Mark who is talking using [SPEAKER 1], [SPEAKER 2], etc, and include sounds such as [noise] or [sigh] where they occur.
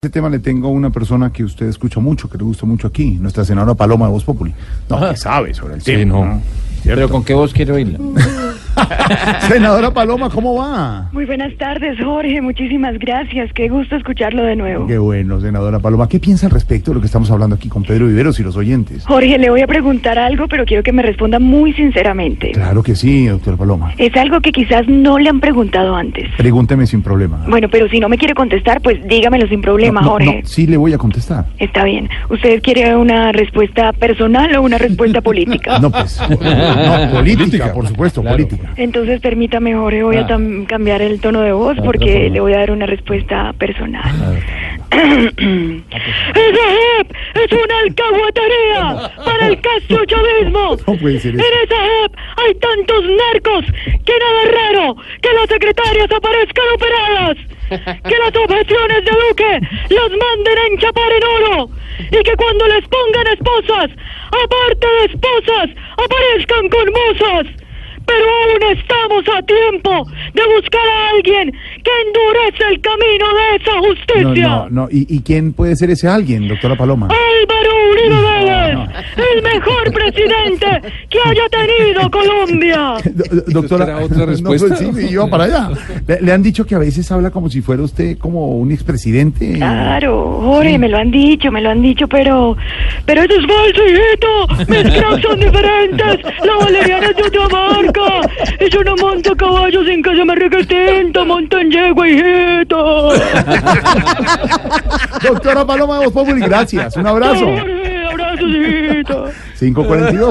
[SPEAKER 1] Este tema le tengo a una persona que usted escucha mucho, que le gusta mucho aquí, nuestra senadora Paloma de Voz Populi. No, que sabe sobre el tema.
[SPEAKER 2] no. [laughs]
[SPEAKER 1] ¿Cierto?
[SPEAKER 2] Pero con qué voz quiero oírla.
[SPEAKER 1] Senadora Paloma, ¿cómo va?
[SPEAKER 3] Muy buenas tardes, Jorge. Muchísimas gracias. Qué gusto escucharlo de nuevo.
[SPEAKER 1] Qué bueno, senadora Paloma. ¿Qué piensa al respecto de lo que estamos hablando aquí con Pedro Viveros y los oyentes?
[SPEAKER 3] Jorge, le voy a preguntar algo, pero quiero que me responda muy sinceramente.
[SPEAKER 1] Claro que sí, doctor Paloma.
[SPEAKER 3] Es algo que quizás no le han preguntado antes.
[SPEAKER 1] Pregúnteme sin problema.
[SPEAKER 3] Bueno, pero si no me quiere contestar, pues dígamelo sin problema,
[SPEAKER 1] No, no,
[SPEAKER 3] Jorge.
[SPEAKER 1] no, sí le voy a contestar.
[SPEAKER 3] Está bien. ¿Usted quiere una respuesta personal o una
[SPEAKER 1] [laughs]
[SPEAKER 3] respuesta política?
[SPEAKER 1] No, pues. no, política, por supuesto,
[SPEAKER 2] Claro.
[SPEAKER 1] política.
[SPEAKER 3] Entonces permítame, Jorge, voy a
[SPEAKER 2] Ah.
[SPEAKER 3] tam- cambiar el tono de voz
[SPEAKER 2] Ah, otra
[SPEAKER 3] porque
[SPEAKER 2] forma.
[SPEAKER 3] le voy a dar una respuesta personal.
[SPEAKER 1] Ah,
[SPEAKER 3] [coughs] ¡Esa JEP es una alcahuetería para el Castro Chavismo!
[SPEAKER 1] [laughs] No puede ser
[SPEAKER 3] En
[SPEAKER 1] eso.
[SPEAKER 3] esa JEP hay tantos narcos que nada es raro que las secretarias aparezcan operadas, que las objeciones de Duque las manden a enchapar en oro y que cuando les pongan esposas, aparte de esposas, aparezcan con musas. Pero aún estamos a tiempo de buscar a alguien que endurece el camino de esa
[SPEAKER 1] No,
[SPEAKER 3] justicia. Eh,
[SPEAKER 1] no, no. ¿Y, y quién puede ser ese alguien, doctora Paloma?
[SPEAKER 3] Álvaro Uribe Vélez,
[SPEAKER 1] No,
[SPEAKER 3] el mejor presidente que haya
[SPEAKER 1] [laughs]
[SPEAKER 3] tenido Colombia.
[SPEAKER 1] Do- do- Doctora,
[SPEAKER 2] era otra respuesta.
[SPEAKER 1] [laughs] No, pues sí, iba para allá. Le, le han dicho que a veces habla como si fuera usted como un expresidente.
[SPEAKER 3] Claro, Jorge, me lo han dicho, me lo han dicho, pero... Pero eso es falso, hijito. Mis
[SPEAKER 1] [laughs]
[SPEAKER 3] cracks son diferentes. La valeriana es de otra marca. Y yo no monto caballos en casa me requetento. Monto en yegua, hijito. [laughs]
[SPEAKER 1] Doctora Paloma de Voz Populi, gracias. Un abrazo.
[SPEAKER 3] Jorge, abrazos, hijito.
[SPEAKER 1] 542.